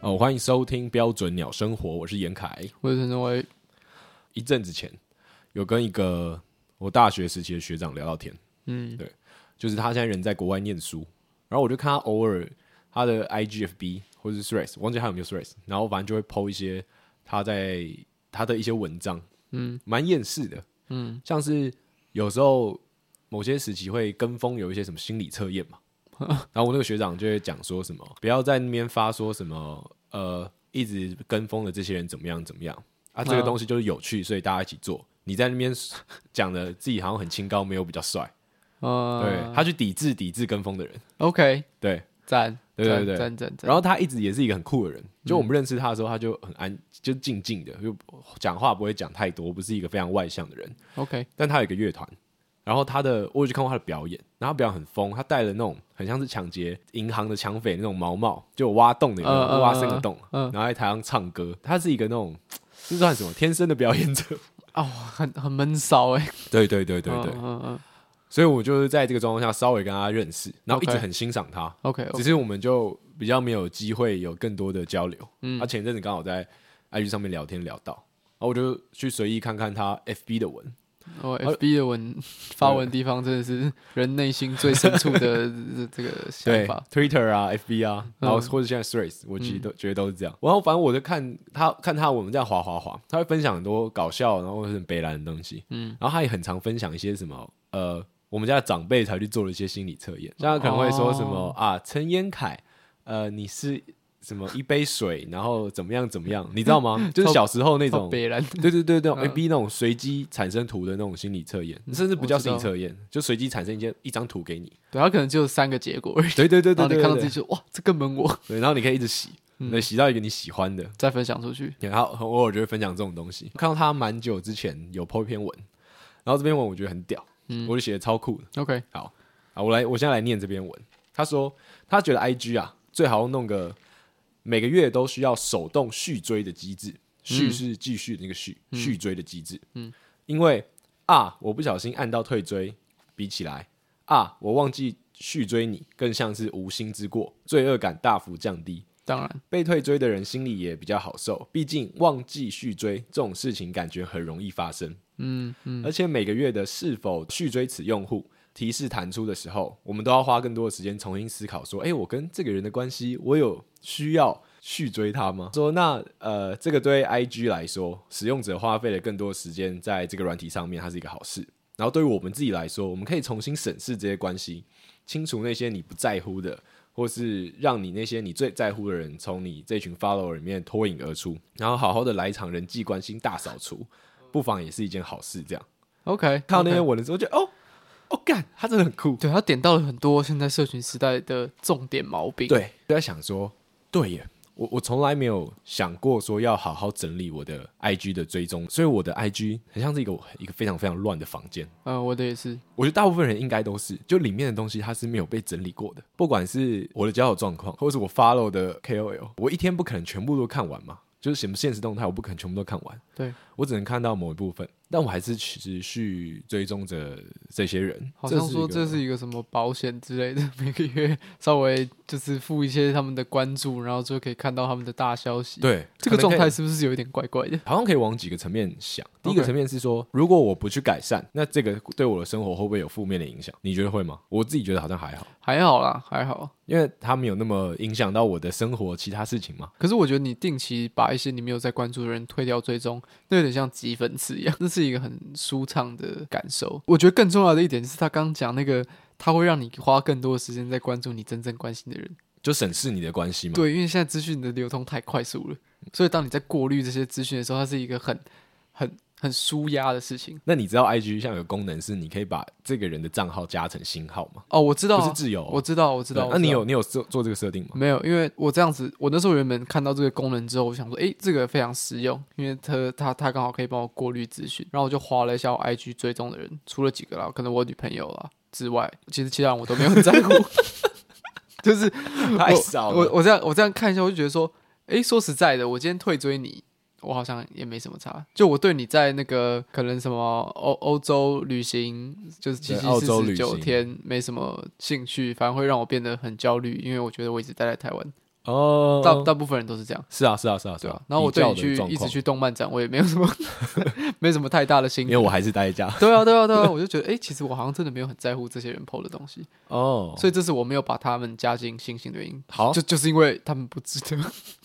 哦，欢迎收听标准鸟生活，我是严凯。我是陈正威，一阵子前有跟一个我大学时期的学长聊到天，嗯，就是他现在人在国外念书，然后我就看他偶尔他的 IGFB 或是 Threads，忘记他有没有 Threads，然后反正就会 PO 一些他在他的一些文章，嗯，蛮厌世的，嗯，像是有时候某些时期会跟风有一些什么心理测验 嘛，然后我那个学长就会讲说什么不要在那边发说什么呃一直跟风的这些人怎么样怎么样啊，这个嗯东西就是有趣，所以大家一起做。你在那边讲的自己好像很清高，没有比较帅，对呃，他去抵制抵制跟风的人， ，OK，对。赞，对对对赞赞赞，然后他一直也是一个很酷的人，就我们认识他的时候，他就很安，就静静的，就讲话不会讲太多，不是一个非常外向的人。 OK，但他有一个乐团，然后他的我有去看过他的表演，然后他表演很疯，他戴了那种很像是抢劫银行的抢匪那种毛帽，就有挖洞的，有没有嗯嗯挖三个洞，嗯然后在台上唱歌。他是一个那种，这算什么天生的表演者？ 啊，哇很很闷骚哎，对对对对对。嗯嗯嗯所以我就是在这个状况下稍微跟他认识，然后一直 OK 很欣赏他。 ，OK，只是我们就比较没有机会有更多的交流。嗯，他、前阵子刚好在 IG 上面聊天聊到，然后我就去随意看看他 FB 的文，我呃 FB 的文发文地方真的是人内心最深处 的这这个想对法，嗯 Twitter 啊、FB 啊，然后或者现在 Threads，我其实都、觉得都是这样。然后反正我就看他看他我们这样滑滑滑，他会分享很多搞笑，然后很北兰的东西。嗯，然后他也很常分享一些什么呃，我们家的长辈才去做了一些心理测验，像他可能会说什么、哦啊，陈彦凯，呃，你是。什么一杯水，然后怎么样怎么样，你知道 吗？就是小时候那特种别然，对对对对，A 嗯 B 那种随机产生图的那种心理测验，甚至不我叫知心理道测验，就随机产生一些一张图给你。对他可能只有三个结果而已，对对对对然后对，你看到对自己就哇，这根本我，对，然后你可以一直洗，对，洗到一个你喜欢的。再分享出去，然后偶尔就会分享这种东西。看到他蛮久之前有 po 一篇文，然后这篇文我觉得很屌，我就写的超酷的。 OK，好，啊，我来，我现在来念这篇文。他说他觉得 IG 啊，最好弄个每个月都需要手动续追的机制，续是继续的那个续，续追的机制。嗯，因为啊，我不小心按到退追，比起来啊，我忘记续追你，更像是无心之过，罪恶感大幅降低。当然，被退追的人心里也比较好受，毕竟忘记续追这种事情感觉很容易发生。嗯嗯，而且每个月的是否续追此用户提示弹出的时候，我们都要花更多的时间重新思考，说，哎、我跟这个人的关系，我有需要续追他吗？说那呃，这个对 IG 来说，使用者花费了更多的时间在这个软体上面，它是一个好事。然后对于我们自己来说，我们可以重新审视这些关系，清除那些你不在乎的，或是让你那些你最在乎的人从你这群 follower 里面脱颖而出，然后好好的来一场人际关系大扫除，不妨也是一件好事。这样。 OK，看到那些 OK 文的时候，我觉得哦，哦干，他真的很酷。对他点到了很多现在社群时代的重点毛病，对，就在想说，对耶，我我从来没有想过说要好好整理我的 IG 的追踪，所以我的 IG 很像是一个一个非常非常乱的房间。嗯，我的也是，我觉得大部分人应该都是，就里面的东西它是没有被整理过的，不管是我的交友状况，或是我 follow 的 KOL，我一天不可能全部都看完嘛，就是什么现实动态我不可能全部都看完，对，我只能看到某一部分，但我还是持续追踪着这些人。好像是说一个这是一个什么保险之类的， 每个月稍微就是付一些他们的关注，然后就可以看到他们的大消息。，对这个可能状可以态是不是有一点怪怪的？好像可以往几个层面想。第一个层面是说，如果我不去改善，那这个对我的生活会不会有负面的影响？你觉得会吗？我自己觉得好像还好，还好啦，还好。因为它没有那么影响到我的生活其他事情嘛。可是我觉得你定期把一些你没有在关注的人推掉追踪，那有点像挤粉丝一样，那是一个很舒畅的感受。我觉得更重要的一点是他刚刚讲那个，他会让你花更多的时间在关注你真正关心的人。就审视你的关系嘛。对，因为现在资讯的流通太快速了，所以当你在过滤这些资讯的时候，它是一个很、很、很舒压的事情。那你知道 IG 像有个功能是你可以把这个人的账号加成新号吗？哦，我知道不啊、是自由哦、我知道，我知道。对我那知你道有你有做做这个设 定吗？没有？因为我这样子，我那时候原本看到这个功能之后，我想说，诶，这个非常实用，因为它它它刚好可以帮我过滤资讯。然后我就划了一下我 IG 追踪的人，除了几个啦，可能我女朋友啦之外，其实其他人我都没有很在乎。 就是太少我了。我这样我这样看一下，我就觉得说，诶，说实在的，我今天退追你。我好像也没什么差，就我对你在那个可能什么欧欧洲旅行，就是七对七澳洲四十旅九行天没什么兴趣，反而会让我变得很焦虑，因为我觉得我一直待在台湾。哦，大大部分人都是这样。是啊是啊是啊，对啊啊，。然后我比较对的你去状一直况，去动漫展，我也没有什么 没什么太大的心因为我还是待在 家。对啊，对啊，对啊，我就觉得，哎、其实我好像真的没有很在乎这些人 PO 的东西，哦，所以这是我没有把他们加进星星的原因，好就就是因为他们不值得。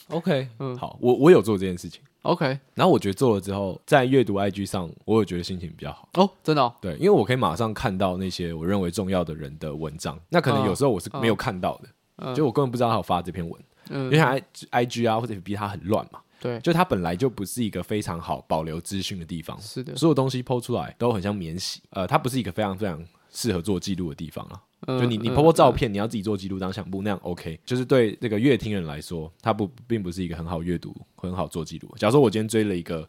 ，OK，嗯好，我我有做这件事情， OK，然后我觉得做了之后，在阅读 IG 上，我有觉得心情比较好。哦，真的、哦，对，因为我可以马上看到那些我认为重要的人的文章，那可能嗯有时候我是没有看到的，嗯就我根本不知道他有发这篇文，因为嗯，他 I I G 啊或者 FB 它很乱嘛，对，就它本来就不是一个非常好保留资讯的地方，是的，所有东西剖出来都很像免洗，呃，它不是一个非常非常适合做记录的地方啊。嗯就你你嗯剖剖照片，你要自己做记录当相簿，那样 OK。就是对那个乐听人来说，它不并不是一个很好阅读、很好做记录。假如说我今天追了一个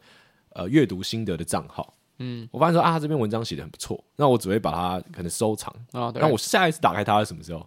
呃阅读心得的账号，嗯，我发现说啊，他这篇文章写的很不错，那我只会把它可能收藏。啊，对，那我下一次打开它是什么时候？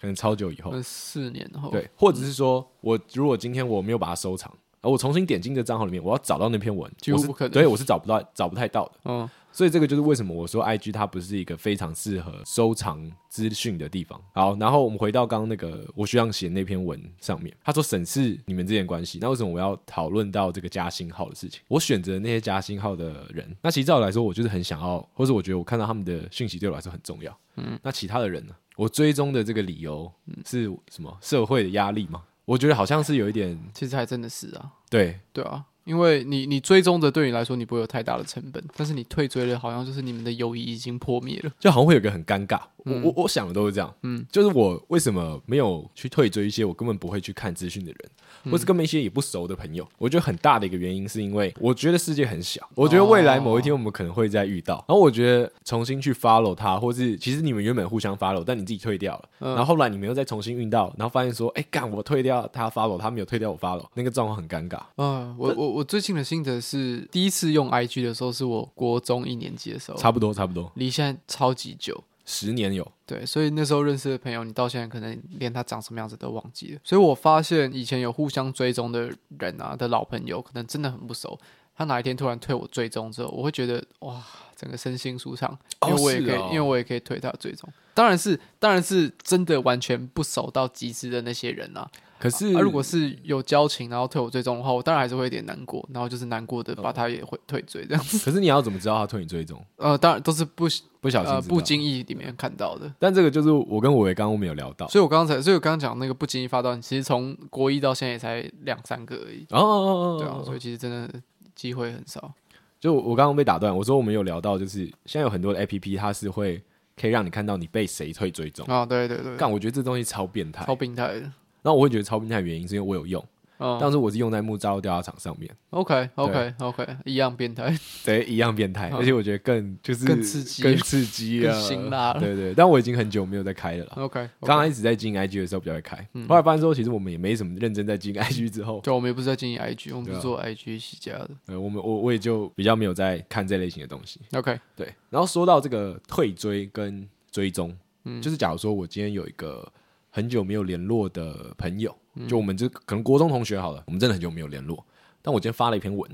可能超久以后，们四年后，对，或者是说我如果今天我没有把它收藏，而我重新点进这账号里面，我要找到那篇文，几乎我是不可能对我是找不到、找不太到的。嗯，所以这个就是为什么我说 I G 它不是一个非常适合收藏资讯的地方。好，然后我们回到刚刚那个我学长写那篇文上面，他说审视你们之间的关系。那为什么我要讨论到这个加星号的事情？我选择那些加星号的人，那其实照理来说，我就是很想要，或者我觉得我看到他们的讯息对我来说很重要。嗯，那其他的人呢？我追踪的这个理由是什么？社会的压力吗？我觉得好像是有一点其实还真的是啊，对对啊，因为你你追踪的对你来说你不会有太大的成本，但是你退追了，好像就是你们的友谊已经破灭了。就好像会有一个很尴尬。我、我我想的都是这样，嗯，就是我为什么没有去退追一些我根本不会去看资讯的人，嗯或是根本一些也不熟的朋友？我觉得很大的一个原因是因为我觉得世界很小，我觉得未哦来某一天我们可能会再遇到，然后我觉得重新去 follow 他，或是其实你们原本互相 follow，但你自己退掉了，嗯然后后来你们又再重新遇到，然后发现说，哎、干我退掉他 follow，他没有退掉我 follow，那个状况很尴尬。啊，我我我最近的心得是，第一次用 IG 的时候是我国中一年级的时候，差不多，差不多，离现在超级久。十年有，对，所以那时候认识的朋友，你到现在可能连他长什么样子都忘记了。所以我发现以前有互相追踪的人啊的老朋友，可能真的很不熟。他哪一天突然退我追踪之后，我会觉得哇，整个身心舒畅，因为我也是可以，哦因为我也可以退他的追踪。当然是，当然是真的完全不熟到极致的那些人啊。可是、啊、如果是有交情，然后退我追踪的话，我当然还是会有点难过，然后就是难过的哦把他也会退追这样。可是你要怎么知道他退你追踪？呃，当然都是不不小心、呃不。经意里面看到的。但这个就是我跟伟伟刚刚我们有聊到，所以我刚才，所以我刚刚讲那个不经意发到，你其实从国一到现在也才两三个而已，哦哦对啊哦，哦，所以其实真的机会很少。就我刚刚被打断，我说我们有聊到，就是现在有很多的 A P P，它是会可以让你看到你被谁退追踪。啊，对对对，干，我觉得这东西超变态。超病态的。然后我会觉得超变态的原因是因为我有用，嗯当时我是用在木造调查厂上面， ，OK OK OK，一样 变态。对，一样变态，嗯而且我觉得更就是更刺激更刺激啊，更辛辣嗯了对对，但我已经很久没有在开了啦。 OK，刚开始在经营 IG 的时候比较会开，嗯后来发现说其实我们也没什么认真在经营 IG 之后， 对，我们也不是在经营 IG，我们不对是啊做 IG 起家的。呃，我们我我也就比较没有在看这类型的东西。 OK，对，然后说到这个退追跟追踪，嗯就是假如说我今天有一个很久没有联络的朋友，嗯就我们就可能国中同学好了，我们真的很久没有联络，但我今天发了一篇文，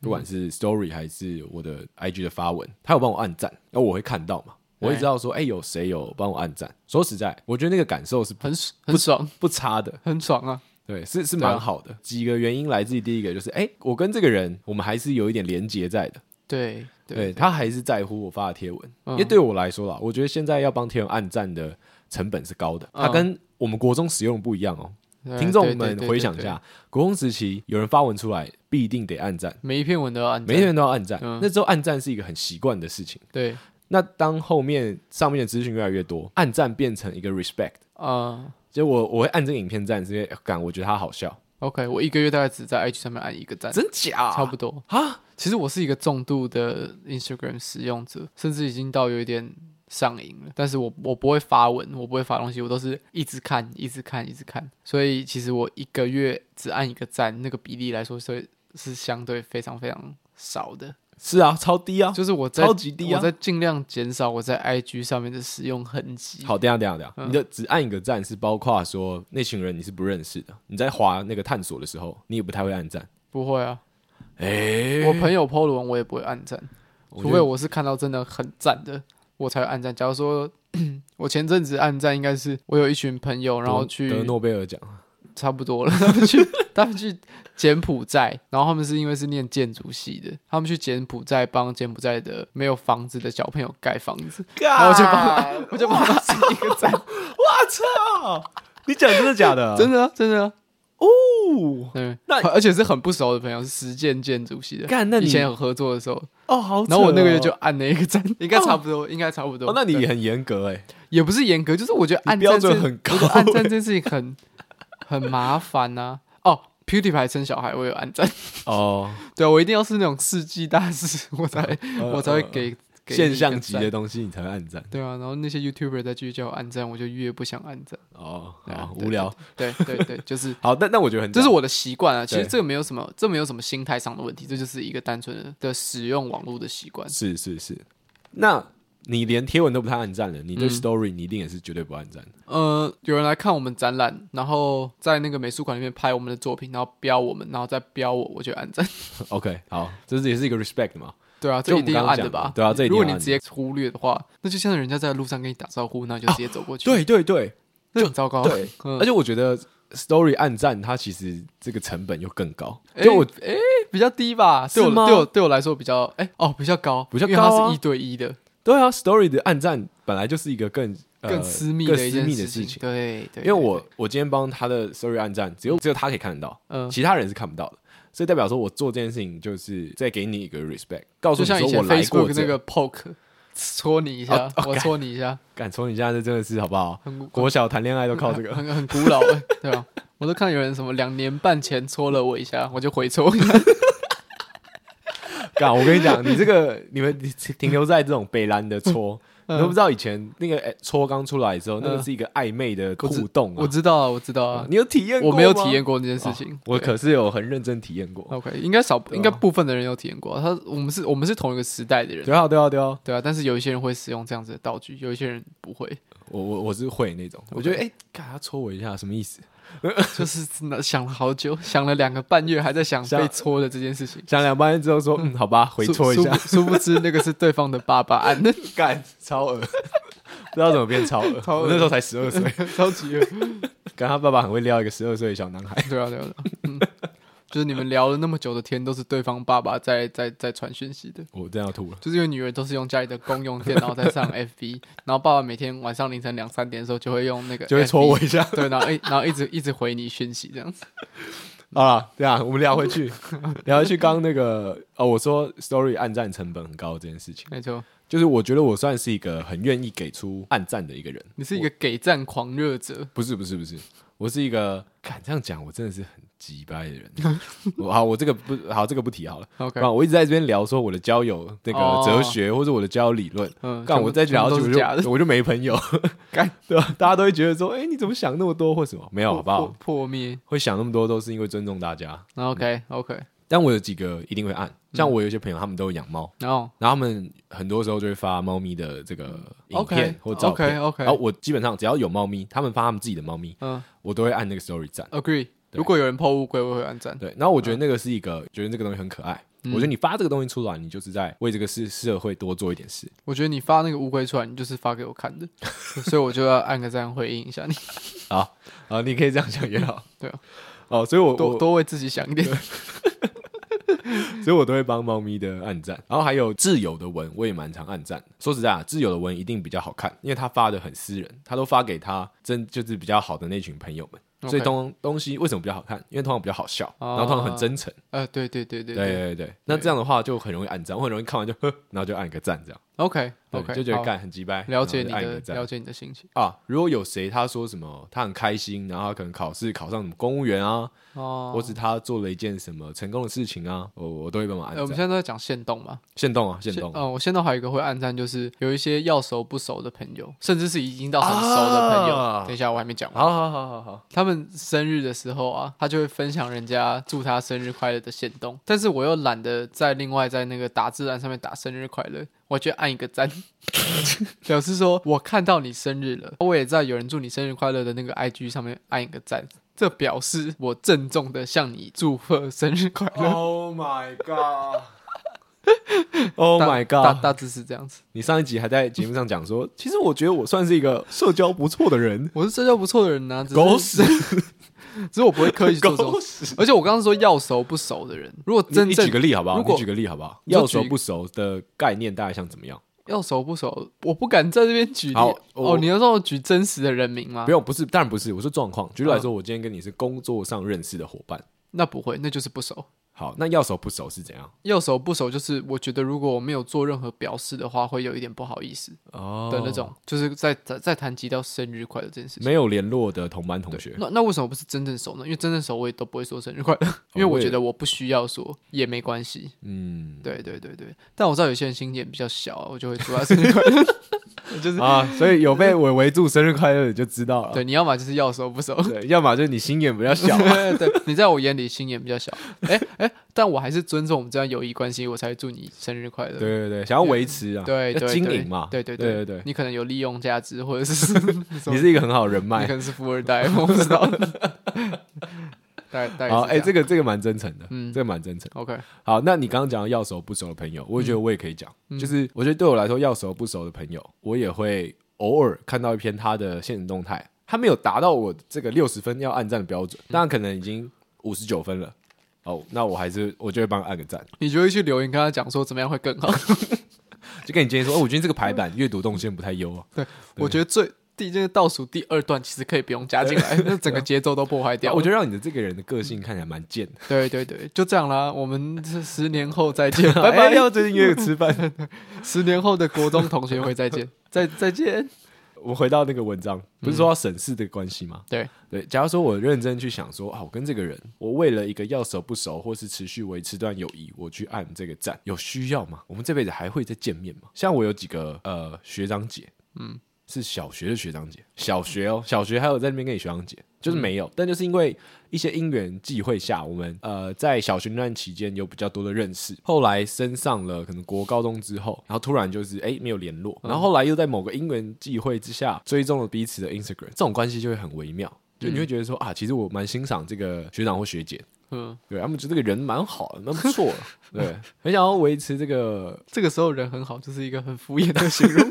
不嗯管是 story 还是我的 IG 的发文，他有帮我按赞，然后我会看到嘛，我会知道说，哎、有谁有帮我按赞。说实在，我觉得那个感受是很很爽， 不差的，很爽啊。对，是是对啊蛮好的。几个原因来自于第一个就是，哎、我跟这个人我们还是有一点连结在的。对对对，他还是在乎我发的贴文，嗯因为对我来说啦，我觉得现在要帮贴文按赞的成本是高的，它嗯跟我们国中使用不一样哦。对听众对对们对回想一对下，国中时期有人发文出来，必定得按赞，每一篇文都要按赞，每一个人都要按赞。嗯那时候按赞是一个很习惯的事情。对那当后面上面的资讯越来越多，按赞变成一个 respect。啊。就我我会按这个影片赞，是因为呃感我觉得它好笑， OK，我一个月大概只在 IG 上面按一个赞，真假？差不多啊。其实我是一个重度的 Instagram 使用者，甚至已经到有一点上瘾了。但是我我不会发文，我不会发东西，我都是一直看，一直看，一直看。所以其实我一个月只按一个赞，那个比例来说，所以是相对非常非常少的。是啊，超低啊。就是我在超级低啊我在尽量减少我在 IG 上面的使用痕迹。好，等一下等一下等一下，你的只按一个赞是包括说那群人你是不认识的，你在划那个探索的时候，你也不太会按赞。不会啊，哎、我朋友 PO 的文我也不会按赞，我除觉非得我是看到真的很赞的，我才会按赞。假如说我前阵子按赞，应该是我有一群朋友，然后得去诺贝尔奖，差不多了。他们去，他们去柬埔寨，然后他们是因为是念建筑系的，他们去柬埔寨帮柬埔寨的没有房子的小朋友盖房子， 然后我 就啊帮我就帮他按一个赞。我操！你讲真的假的？真的啊、真的啊、哦对，那而且是很不熟的朋友，是实践建筑系的。干那你以前有合作的时候，哦，好扯哦。然后我那个月就按了一个赞，应该差不多，应该差不多。哦，那你对很严格哎。也不是严格，就是我觉得按标赞准这很高我觉得按赞欸这件事情很 很麻烦呐、哦，PewDiePie 生小孩，我有按赞。 哦，对啊，我一定要是那种世纪大事，我才、嗯我才会给给现象级你一的个赞。东西你才会暗赞对啊，然后那些 YouTuber 再继续叫我按赞，我就越不想按赞。哦，对啊好对无聊。对对 对，就是好，但但我觉得很这是屌我的习惯啊。其实对这个没有什么，这没有什么心态上的问题，这就是一个单纯的的使用网络的习惯。是是是。那你连贴文都不太暗赞了，你对嗯 story 你一定也是绝对不暗赞。呃，有人来看我们展览，然后在那个美术馆里面拍我们的作品，然后标我们，然后再标我，我就按赞。 OK，好，这是也是一个 respect 嘛。对啊，就这我一们定要刚刚按的讲的吧？对啊这一如定果要你按直接忽略的话，那就像人家在路上跟你打招呼，那就直接走过去，，对对对那很糟糕。对， 嗯而且我觉得 story 暗赞它其实这个成本又更高。诶就我诶比较低吧，是对我吗对我对我来说比较诶哦比较高，比较因为它高啊是一对一的，对啊，story 的暗赞本来就是一个更呃更私密更的一私件密的事事情。情。对对，因为对我我今天帮他的 story 暗赞，只有只有他可以看得到，嗯，其他人是看不到的。所以代表说我做这件事情就是在给你一个 respect，告诉就你像以说前我来过 Facebook 这那个 poke 戳你一下哦，哦我干戳你一下，敢从你现在这真的是好不好？很国小谈恋爱都靠这 个，很很很古老， 诶对吧？我都看有人什么两年半前戳了我一下，我就回 戳。干！我跟你讲，你这个你们停留在这种北兰嗯的搓，你都不知道以前那个哎搓刚出来的时候，那个嗯是一个暧昧的我知互动我啊。知道啊，我知道啊啊，你有体验过我吗？没有体验过嗯那件事哦情，我对可是有很认真体验过。 OK，应该少，啊应该部分的人有体验过。他我们是我们是同一个时代的人，对啊，对啊，对啊，对啊。但是有一些人会使用这样子的道具，有一些人不会， 我我我是会那种，我觉得哎，干他戳我一下什么意思？就是真的想了好久， 想了两个半月，还在想想被戳的这件事情。想两半天之后说，嗯，好吧，回殊戳一下，殊不殊不知那个是对方的爸爸啊按 的，干超恶，不知道怎么变超恶。超恶嗯我那时候才十二岁，超级恶 跟他爸爸很会撩一个十二岁的小男孩。对啊，对啊，对啊嗯，就是你们聊了那么久的天，都是对方爸爸在在在传讯息的。我真的要吐了。就是因为女儿都是用家里的公用电脑在上 FB，然后爸爸每天晚上凌晨两三点的时候就会用那个就会戳 FB 我一下。 对，然后一然后一直一直回你讯息这样子。好了，这样我们聊回 去，聊回去刚刚那个哦，我说 story 暗赞成本很高这件事情，没错，就是我觉得我算是一个很愿意给出暗赞的一个人。你是一个给赞狂热者，不是不是不是，我是一个敢这样讲，我真的是很鸡掰的 人。我好，我这个不好，这个不提好了。 OK 不然我一直在这边聊说我的交友那哦个哲学或者我的交友理论，嗯，干全部我再全部聊下都去是假我的，就我就没朋友， 干 对吧？大家都会觉得说，哎，你怎么想那么多或什么？没有，好不破好？嗯破灭。会想那么多都是因为尊重大家。然后 OK OK，但我有几个一定会按，嗯像我有一些朋友他们都有养猫，然后然后他们很多时候就会发猫咪的这个影 OK，片或照片。 OK，OK 然后我基本上只要有猫咪，他们发他们自己的猫咪，嗯我都会按那个 story 赞。 ，agree。如果有人破乌龟，我会按赞。对，然后我觉得那个是一个，觉得这个东西很可爱。嗯我觉得你发这个东西出来，你就是在为这个社社会多做一点事。我觉得你发那个乌龟出来，你就是发给我 看的，所以我就要按个赞回应一下你，好，啊，你可以这样讲也好。对啊，哦，所以我多我多为自己想一点。所以我都会帮猫咪的按赞，然后还有挚友的文，我也蛮常按赞的。说实在啊，挚友的文一定比较好看，因为他发的很私人，他都发给他真就是比较好的那群朋友们。 OK 所以东东西为什么比较好看？因为通常比较好笑，哦然后通常很真诚。呃，对对对对对对对，那这样的话就很容易按赞，我很容易看完就呵，然后就按个赞这样， ，OK 对 OK，就觉得干很鸡掰。了解你然后就按个的赞了解你的心情啊！如果有谁他说什么他很开心，然后他可能考试考上什么公务员啊，哦。或者他做了一件什么成功的事情啊，我我都会帮忙按呃我们赞。现在都在讲限动嘛，现动啊，现现动啊。嗯，我现在还有一个会暗赞，就是有一些要熟不熟的朋友，甚至是已经到很熟的朋友。啊等一下，我还没讲完。好好好好好，他们生日的时候啊，他就会分享人家祝他生日快乐的行动，但是我又懒得在另外在那个打字栏上面打生日快乐，我就按一个赞， 表示说我看到你生日了。我也在有人祝你生日快乐的那个 IG 上面按一个赞，这表示我郑重的向你祝贺生日快乐。 Oh my god! Oh my 大大 god！大致是这样子。你上一集还在节目上讲说， 其实我觉得我算是一个社交不错的人啊，我是社交不错的人呐、只是狗屎！只是我不会刻意去做这 种狗事。屎！而且我刚刚说要熟不熟的人，如果真你你正举个例好不好？如果你举个例好不好？你就要熟举不熟的概念大概像怎么样？要熟不熟，我不敢在这边举例。好我哦，你要让我举真实的人名吗不？用，不是，当然不是。我说状况，举例来说，我今天跟你是工作上认识的伙伴。那不会，那就是不熟。好，那要熟不熟是怎样？要熟不熟，就是我觉得如果我没有做任何表示的话，会有一点不好意思哦的那种，就是在在在谈及到生日快乐这件事情。没有联络的同班同学。那那为什么不是真正熟呢？因为真正熟我也都不会说生日 快乐，因为我我也觉得我不需要说，也没关系。嗯，对对对对，但我知道有些人心眼比较小，啊我就会祝他生日快乐。 就是啊，所以有被伟伟祝生日快乐，你就知道了。对，你要么就是要熟不熟，。对，要么就是你心眼比较小 对，你在我眼里心眼比较小。哎哎，但我还是尊重我们这样友谊关系，我才会祝你生日快乐。对对对，想要维持啊，对要对，经对营嘛。对对对对对，你可能有利用价值，或者是什么 你是一个很好的人你脉可。能是富二代，我不知 道。大概大概好，是哎，这个个这个蛮真诚的，嗯这个蛮真诚。 OK，好，那你刚刚讲到要熟不熟的朋友，我嗯也觉得我也可以讲，就是我觉得对我来说要熟不熟的朋友，我也会偶尔看到一篇他的现实动态，他没有达到我这个六十分要按赞的标准，当然可能已经五十九分了。哦，那我还是我就会帮他按个赞，你就会去留言跟他讲说怎么样会更好。就跟你今天说，哦，我今天这个排版阅读动线不太优啊，我觉得最第这个倒数第二段其实可以不用加进来，那整个节奏都破坏掉啊了。我觉得让你的这个人的个性看起来蛮贱的。对对对，就这样啦。我们这十年后再见， 拜哎拜。要最近约个吃饭。 十年后的国中同学会 再见，再再见。我们回到那个文章，不是说要审视的关系吗？对对，假如说我认真去想说，啊，我跟这个人，我为了一个要熟不熟，或是持续维持段友谊，我去按这个赞，有需要吗？我们这辈子还会再见面吗？像我有几个呃学长姐，嗯，是小学的学长姐，小学哦，小学还有在那边跟你学长姐，就是没有，但就是因为一些因缘际会下，我们呃在小学那段期间有比较多的认识，后来升上了可能国高中之后，然后突然就是哎、没有联络，然后后来又在某个因缘际会之下追踪了彼此的 Instagram，这种关系就会很微妙。就你会觉得说、啊，其实我蛮欣赏这个学长或学姐，嗯，对他们觉得这个人蛮好的，蛮不错的，对，很想要维持这个，这个时候人很好，就是一个很敷衍的 形容。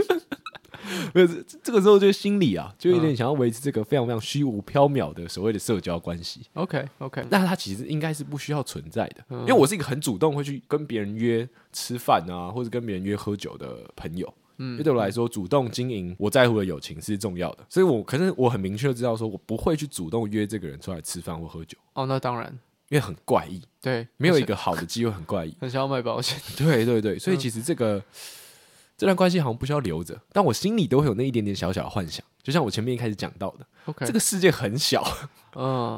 没有这这个时候就心里啊，就有点想要维持这个非常非常虚无缥缈的所谓的社交关系。 OK OK，那它其实应该是不需要存在的，因为我是一个很主动会去跟别人约吃饭啊，或者跟别人约喝酒的朋友。嗯，因为对我来说，主动经营我在乎的友情是重要的，所以我可是我很明确地知道，说我不会去主动约这个人出来吃饭或喝酒，哦，那当然，因为很怪异，对，没有很一个好的机会，很怪异。想很想要买 保险。对对对，所以其实这个、这段关系好像不需要留着，但我心里都会有那一点点小小的幻想，就像我前面一开始讲到的， OK，这个世界很小，嗯，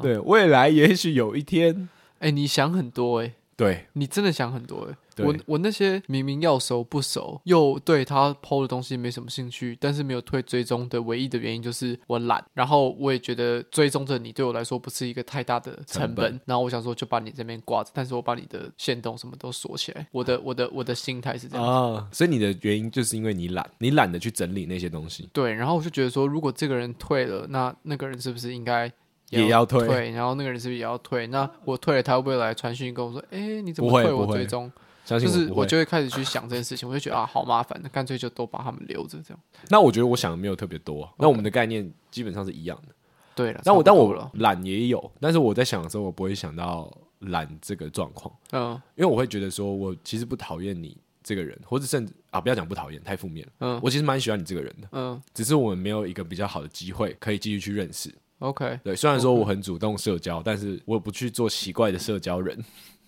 对未来也许有一 天，哎，你想很多哎，对你真的想很多哎。对我我那些明明要熟不熟，又对他 PO 的东西没什么兴趣，但是没有退追踪的唯一的原因就是我懒，然后我也觉得追踪着你对我来说不是一个太大的成本，成本然后我想说就把你这边挂着，但是我把你的线动什么都锁起来，我的我的我的心态是这样。啊，所以你的原因就是因为你懒，你懒得去整理那些东西，对，然后我就觉得说，如果这个人退了，那那个人是不是应该也要退退？然后那个人是不是也要退？那我退了，他会不会来传讯跟我说，哎，你怎不么会退不我会追踪？相信就我是不我会。就会开始去想这件事情，我就觉得啊，好麻烦，那干脆就都把他们留着这样。那我觉得我想的没有特别多，那我们的概念基本上是一样的。对了，但我差但不多我了，懒也有，但是我在想的时候，我不会想到懒这个状况，嗯因为我会觉得说我其实不讨厌你这个人，或者甚至啊，不要讲不讨厌，太负面了。嗯我其实蛮喜欢你这个人的，嗯只是我们没有一个比较好的机会可以继续去认识。 ，OK，对，虽然说我很主动社交，但是我不去做奇怪的社交人。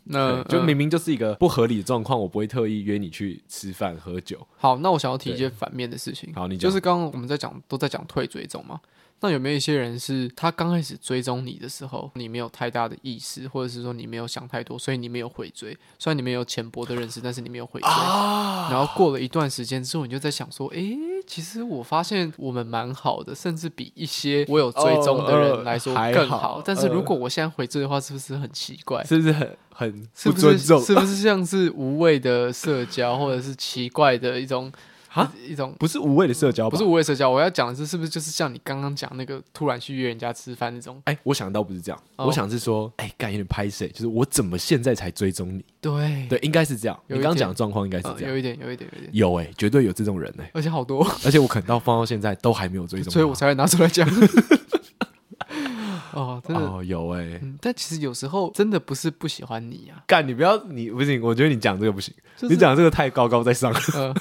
那对就嗯明明就是一个不合理的状况，我不会特意约你去吃饭喝酒。好，那我想要提一些反面的事情。好你讲就是刚刚我们在讲都在讲退追踪嘛。那有没有一些人是他刚开始追踪你的时候，你没有太大的意识，或者是说你没有想太多，所以你没有回追。虽然你们有浅薄的认啊识，但是你没有回追。然后过了一段时间之后，你就在想说，诶，其实我发现我们蛮好的，甚至比一些我有追踪的哦呃人来说还更好但是如呃果我现在回追的话，是不是很奇怪？是不是很很是不不尊是重？ 是不是像是无谓的社交，或者是奇怪的一种哈一一种不是无谓的社交吧？不是无谓社交？我要讲的是，是不是就是像你刚刚讲那个突然去约人家吃饭那种？哎、我想到不是这样，哦我想是说，哎、干有点拍谁？就是我怎么现在才追踪你？对对，应该是这样。有你一刚刚讲的状况应该是嗯这样。有一点，有一点，有一点，有哎、绝对有这种人哎、而且好多，而且我可能到放到现在都还没有追踪他，所以我才会拿出来讲。 哦，真的。哦，有哎、嗯，但其实有时候真的不是不喜欢你啊，干，你不要，你不行，我觉得你讲这个不行，就是你讲这个太高高在上了， 呃，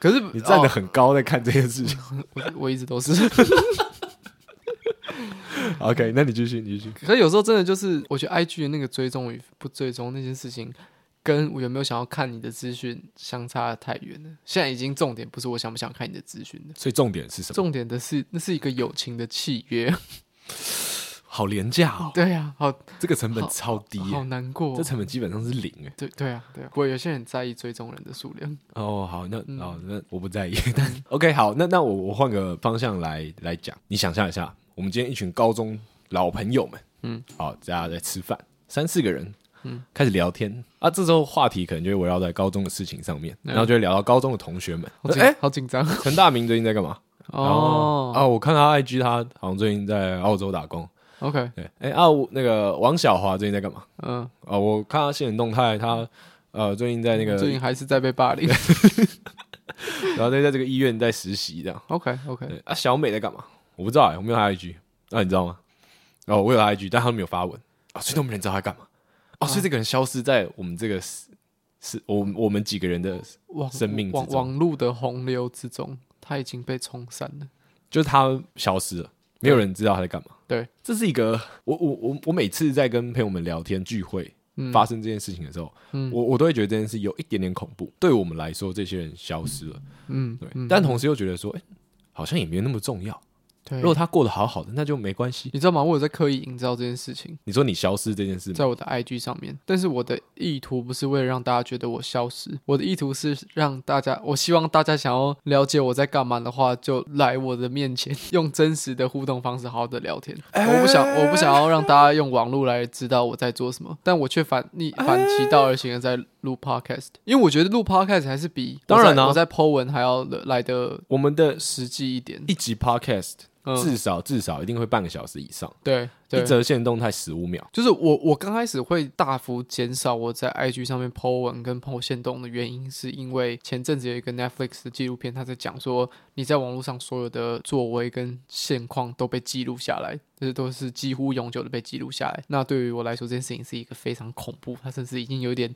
可是你站得哦很高在看这件 事情。我我一直都是， OK，那你继续，你继续。可是有时候真的就是，我觉得 IG 的那个追踪与不追踪那件事情，跟我有没有想要看你的资讯相差得太远了。现在已经重点不是我想不想看你的资讯了，所以重点是什么？重点的是那是一个友情的契约。 好廉价哦，对呀、啊，好这个成本超低耶、好难过啊这哦。成本基本上是零哎、对对啊，对啊，不过有些人在意追踪人的数量。哦，好，那、哦，那我不在意。 但 OK，好，那那我我换个方向来来讲。你想象一下，我们今天一群高中老朋友们，嗯，好，大家在吃饭，三四个人，嗯，开始聊天啊。这时候话题可能就会围绕在高中的事情上面，然后就会聊到高中的同学们。好紧、哎、好紧张陈大明最近在干嘛？哦。啊，我看他 IG，他好像最近在澳洲打工。 OK，对，哎、啊，我那个王小华最近在干嘛？嗯、啊，我看他新闻动态，他呃最近在那个，最近还是在被霸 凌。然后在在这个医院在实习这样。 OK OK，对啊，小美在干嘛？我不知道哎、我没有她 IG，啊，你知道吗？哦，我有她 IG，但她没有发文啊，所以都没人知道她干嘛。哦，所以这个人消失在我们这个是是我们我们几个人的，网生命之网中网络的洪流之中，他已经被冲散了。就是他消失了，没有人知道他在干嘛。对，这是一个我我我我每次在跟朋友们聊天聚会嗯发生这件事情的时候，我我都会觉得这件事有一点点恐怖。对我们来说，这些人消失了，嗯，对，但同时又觉得说，哎、好像也没有那么重要。对如。果他过得好好的，那就没关系。你知道吗？我有在刻意营造这件事情，你说你消失这件事吗，在我的 IG 上面，但是我的意图不是为了让大家觉得我消失，我的意图是让大家，我希望大家想要了解我在干嘛的话，就来我的面前， 用真实的互动方式好好的聊天。我不想，我不想要让大家用网络来知道我在做什么，但我却反逆啊反其道而行的在录 podcast，因为我觉得录 podcast 还是比我当然在啊我在 po 文还要来的我们的实际一点。一集 podcast 嗯，至少至少一定会半个小时以上，对，对一则线动态十五秒。就是我我刚开始会大幅减少我在 IG 上面 po 文跟 po 线动的原因，是因为前阵子有一个 Netflix 的纪录片，他在讲说你在网络上所有的作为跟现况都被记录下来，这都是几乎永久的被记录下来。那对于我来说，这件事情是一个非常恐怖，它甚至已经有点。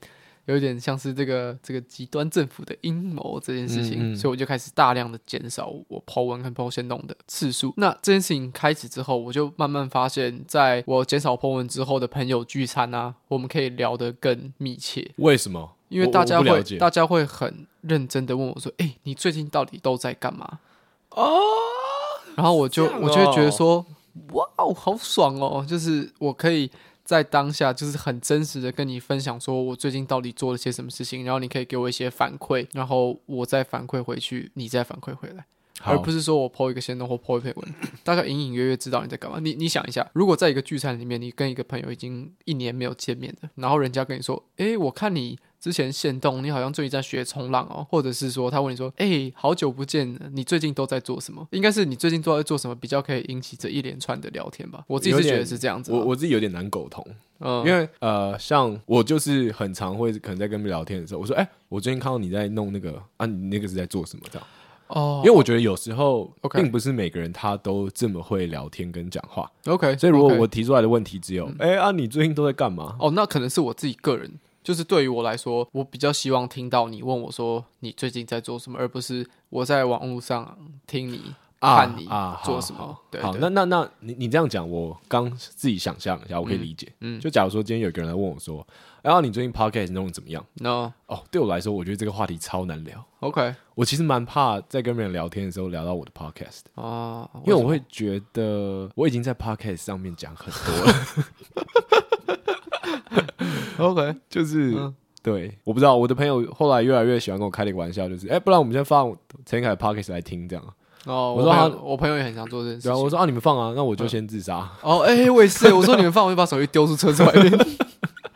有点像是这个这个极端政府的阴谋这件事情，嗯嗯所以我就开始大量的减少我 Po 文跟 Po 线动的次数。那这件事情开始之后，我就慢慢发现，在我减少 Po 文之后的朋友聚餐啊，我们可以聊得更密切，为什么？因为我大家我不会了解大家会很认真的问我说：“哎、你最近到底都在干嘛？”哦，然后我就、这样哦我就会觉得说：“哇哦，好爽哦！”就是我可以在当下就是很真实的跟你分享说我最近到底做了些什么事情，然后你可以给我一些反馈，然后我再反馈回去，你再反馈回来。而好不是说我 po 一个线动或 po 一篇文， 大家隐隐约约知道你在干嘛。你你想一下，如果在一个聚餐里面，你跟一个朋友已经一年没有见面了，然后人家跟你说，诶，我看你之前线动，你好像最近在学冲浪哦，或者是说他问你说，诶，好久不见了，你最近都在做什么？应该是你最近都在做什么比较可以引起这一连串的聊天吧？我自己有是觉点得是这样子啊。我我自己有点难苟同，嗯，因为呃，像我就是很常会可能在跟别人聊天的时候，我说：“哎、我最近看到你在弄那个啊，你那个是在做什么？”这样，哦因为我觉得有时候 OK 并不是每个人他都这么会聊天跟讲话， ，OK，嗯所以如果 OK 我提出来的问题只有：“哎、啊，你最近都在干嘛哦，那可能是我自己个人，就是对于我来说，我比较希望听到你问我说你最近在做什么，而不是我在网络上听你、啊看你啊做好什么。对？”好，对那那那你你这样讲，我刚自己想象一下，我可以理解。嗯就假如说今天有一个人来问我说：“哎、啊，你最近 podcast 弄得怎么样？”那哦，对我来说，我觉得这个话题超难聊。 OK 我其实蛮怕在跟别人聊天的时候聊到我的 podcast，啊，因为什我么会觉得我已经在 podcast 上面讲很多 了， OK 就是、嗯对，我不知道我的朋友后来越来越喜欢跟我开了一个玩笑，就是哎、不然我们先放陈凯的 podcast 来听这样。哦，我我说朋他友我朋友也很想做这件事对啊，情。我说啊，你们放啊，那我就先自杀，哦，哎、我也是，我说你们放，我就把手机丢出车子外面。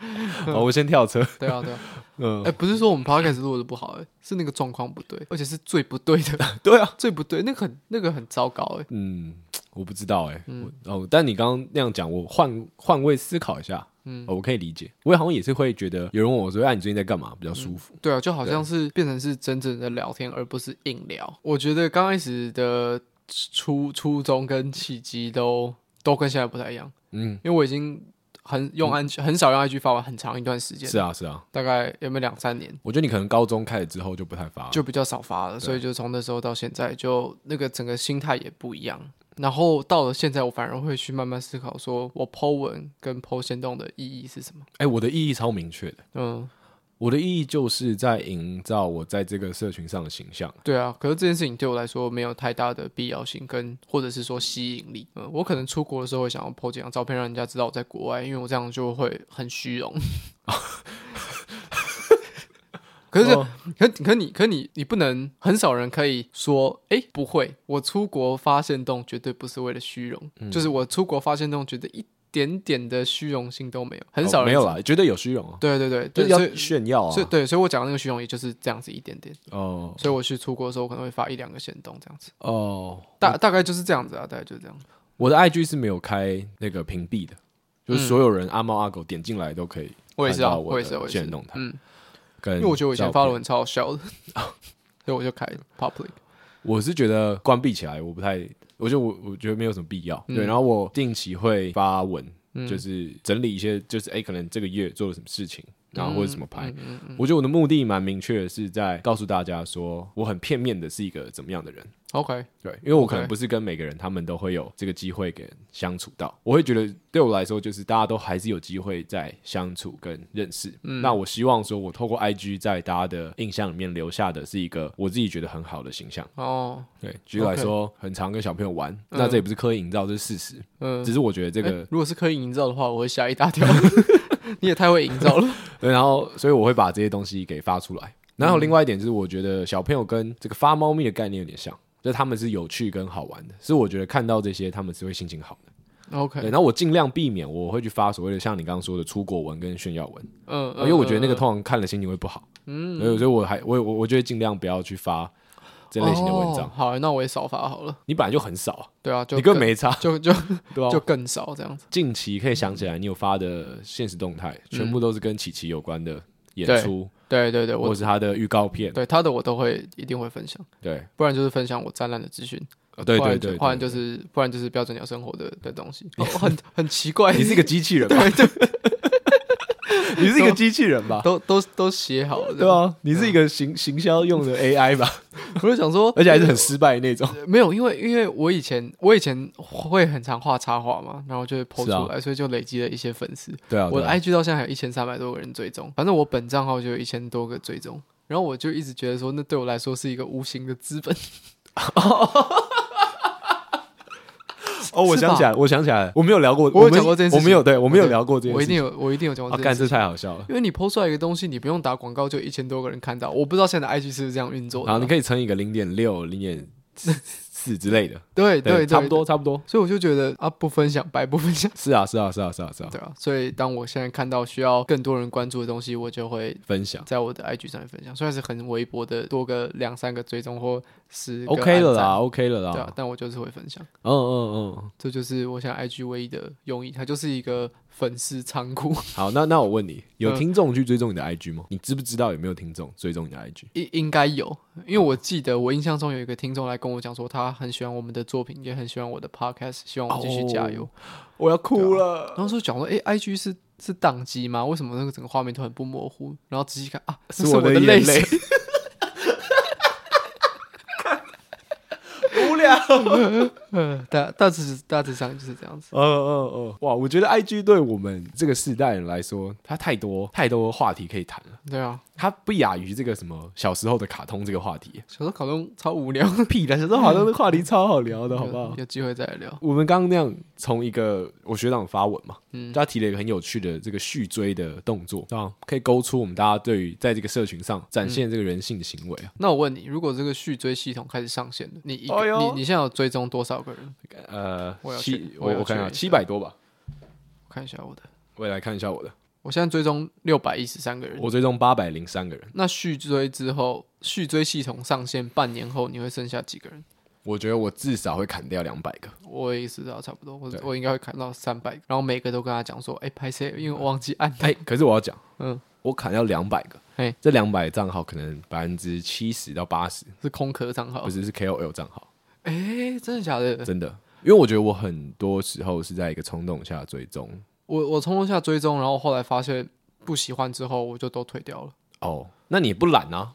嗯哦，我先跳车。对啊，对 啊，嗯哎、，不是说我们 podcast 录的不好、哎，是那个状况不对，而且是最不对的，对啊，最不对，那个很那个很糟糕、哎，嗯，我不知道哎、嗯我哦，但你刚刚那样讲，我换换位思考一下，嗯、我可以理解，我好像也是会觉得有人问我说，哎、你最近在干嘛，比较舒服。对啊，就好像是变成是真正的聊天，而不是硬聊。我觉得刚开始的初初衷跟契机都都跟现在不太一样，嗯，因为我已经很用 IG、很少用 IG 发文很长一段时间，是啊是啊，大概有没有两三年，我觉得你可能高中开始之后就不太发了，就比较少发了，所以就从那时候到现在，就那个整个心态也不一样。然后到了现在，我反而会去慢慢思考，说我 Po 文跟 Po 行动的意义是什么。哎、我的意义超明确的，嗯，我的意义就是在营造我在这个社群上的形象。对啊。可是这件事情对我来说没有太大的必要性跟，或者是说吸引力。嗯，我可能出国的时候会想要 Po 几张照片，让人家知道我在国外，因为我这样就会很虚荣。 可是哦可可你可你你不能很少人可以说，哎、不会，我出国发现洞绝对不是为了虚荣，嗯就是我出国发现洞，觉得一点点的虚荣心都没有，很少哦人、没有。啦，绝对有虚荣啊，对对对，就是对，所要以炫耀所以啊。对，所以我讲的那个虚荣也就是这样子一点点。哦所以我去出国的时候，我可能会发一两个线洞这样子，哦，大大概就是这样子啊，大概就是这样。我的 IG 是没有开那个屏蔽的，就是所有人阿猫阿狗点进来都可以嗯我也是啊，看到我我的也是，我也现是实动。态嗯，跟。因为我觉得我以前发的，文超好笑的， 所以我就开 public。我是觉得关闭起来，我不太，我觉得我我觉得没有什么必要。嗯对，然后我定期会发文，嗯就是整理一些，就是哎、可能这个月做了什么事情，然后或者什么牌。嗯嗯嗯，我觉得我的目的蛮明确的，是在告诉大家说，我很片面的是一个怎么样的人。 OK，对，因为我可能 OK 不是跟每个人他们都会有这个机会给相处到，我会觉得对我来说，就是大家都还是有机会在相处跟认识。嗯那我希望说，我透过 IG 在大家的印象里面留下的是一个我自己觉得很好的形象。哦，对，举例来说，很常跟小朋友玩，那这也不是刻意营造，这是事实。嗯，只是我觉得这欸个如果是刻意营造的话，我会吓一大跳。 你也太会营造了。对，然后所以我会把这些东西给发出来。然后嗯另外一点就是，我觉得小朋友跟这个发猫咪的概念有点像，就是他们是有趣跟好玩的，是我觉得看到这些他们是会心情好的。对， OK，然后我尽量避免我会去发所谓的像你刚刚说的出国文跟炫耀文，嗯，哦因为我觉得那个嗯通常看了心情会不好。嗯，所以所以我还我我我觉得尽量不要去发这类型的文章。哦好，那我也少发好了。你本来就很少啊，对啊，就你根本更没哦差，就就对吧、就更少这样子。近期可以想起来，你有发的现实动态，全部都是跟琪琪有关的演出，对对对，或我是他的预告片。对他的我都会一定会分享，对，不然就是分享我展览的资讯，哦对不然对就对，不然呃就是不然就是标准鸟生活的的东西，哦很很奇怪对。你是一个机器人吧？ 你是一个机器人吧？ 都都都写好了，对？啊，你是一个行行销用的 AI 吧？ 我就想说，而且还是很失败那种。没有，因为因为我以前我以前会很常画插画嘛，然后就会 PO 是啊出来，所以就累积了一些粉丝。对啊，我对的啊 IG 到现在还有一千三百多个人追踪，反正我本账号就有一千多个追踪，然后我就一直觉得说，那对我来说是一个无形的资本。哦，我是吧想起来了，我想起来了，我没有聊过，我有们讲过这件事我没有，情对我没有聊过这件我事一定情。有，我一定有讲过啊，这干件事这太好笑了。因为你 PO 出来一个东西，你不用打广告，就一千多个人看到。我不知道现在的 IG 是不是这样运作的然啊。后你可以乘以个零点六、零点四之类的，对对，对差不。多，差不多。所以我就觉得啊，不分享白不分享。 是啊，是啊，是啊，是啊，是啊，对啊，所以当我现在看到需要更多人关注的东西，我就会分享在我的 IG 上面分享，虽然是很微薄的，多个两三个追踪或十个 OK 了按赞啦，OK 了对啊啦，，但我就是会分享，嗯嗯嗯。这就是我想 IG 唯一的用意，它就是一个粉丝仓库， 好，那那我问你，有嗯听众去追踪你的 IG 吗？你知不知道有没有听众追踪你的 IG？应应该有，因为我记得我印象中有一个听众来跟我讲说，他很喜欢我们的作品，也很喜欢我的 podcast，希望我继续加油。我要哭了。然后就讲说，诶 i g 是是宕机吗？为什么那个整个画面都很不模糊？然后仔细看啊，那是我的的泪眼泪 水。无聊。呃，大大致大致上就是这样子。哦哦哦，哇！我觉得 IG 对我们这个世代人来说，它太多太多话题可以谈了，对啊，它不亚于这个什么小时候的卡通这个话题。小时候考中超无聊，屁的，小时 候卡通的话题超好聊的，好不好？有机会再来聊。我们刚刚那样从一个我学长发文嘛，嗯他提了一个很有趣的这个续追的动作，啊，可以勾出我们大家对于在这个社群上展现这个人性的行为啊。那我问你，如果这个续追系统开始上线了，你一个、哎呦你你现在有追踪多少个人？我呃，要七去嗯我我要我看一下，去七百多吧，我看一下我的，我也来看一下我的，我现在追踪六百一十三个人。我追踪八百零三个人，那续追之后，续追系统上线半年后，你会剩下几个人？我觉得我至少会砍掉两百个。我也是知道差不多，我对我应该会砍到三百，然后每个都跟他讲说，哎、拍谁？因为我忘记按哎、哎，可是我要讲，嗯，我砍掉两百个，嘿这两百账号可能百分之七十到八十，是空壳账号不。是是 KOL 账号，哎、真的假的？真的。因为我觉得我很多时候是在一个冲动下追踪。我我冲动下追踪，然后后来发现不喜欢之后，我就都退掉了。哦，那你也不懒啊？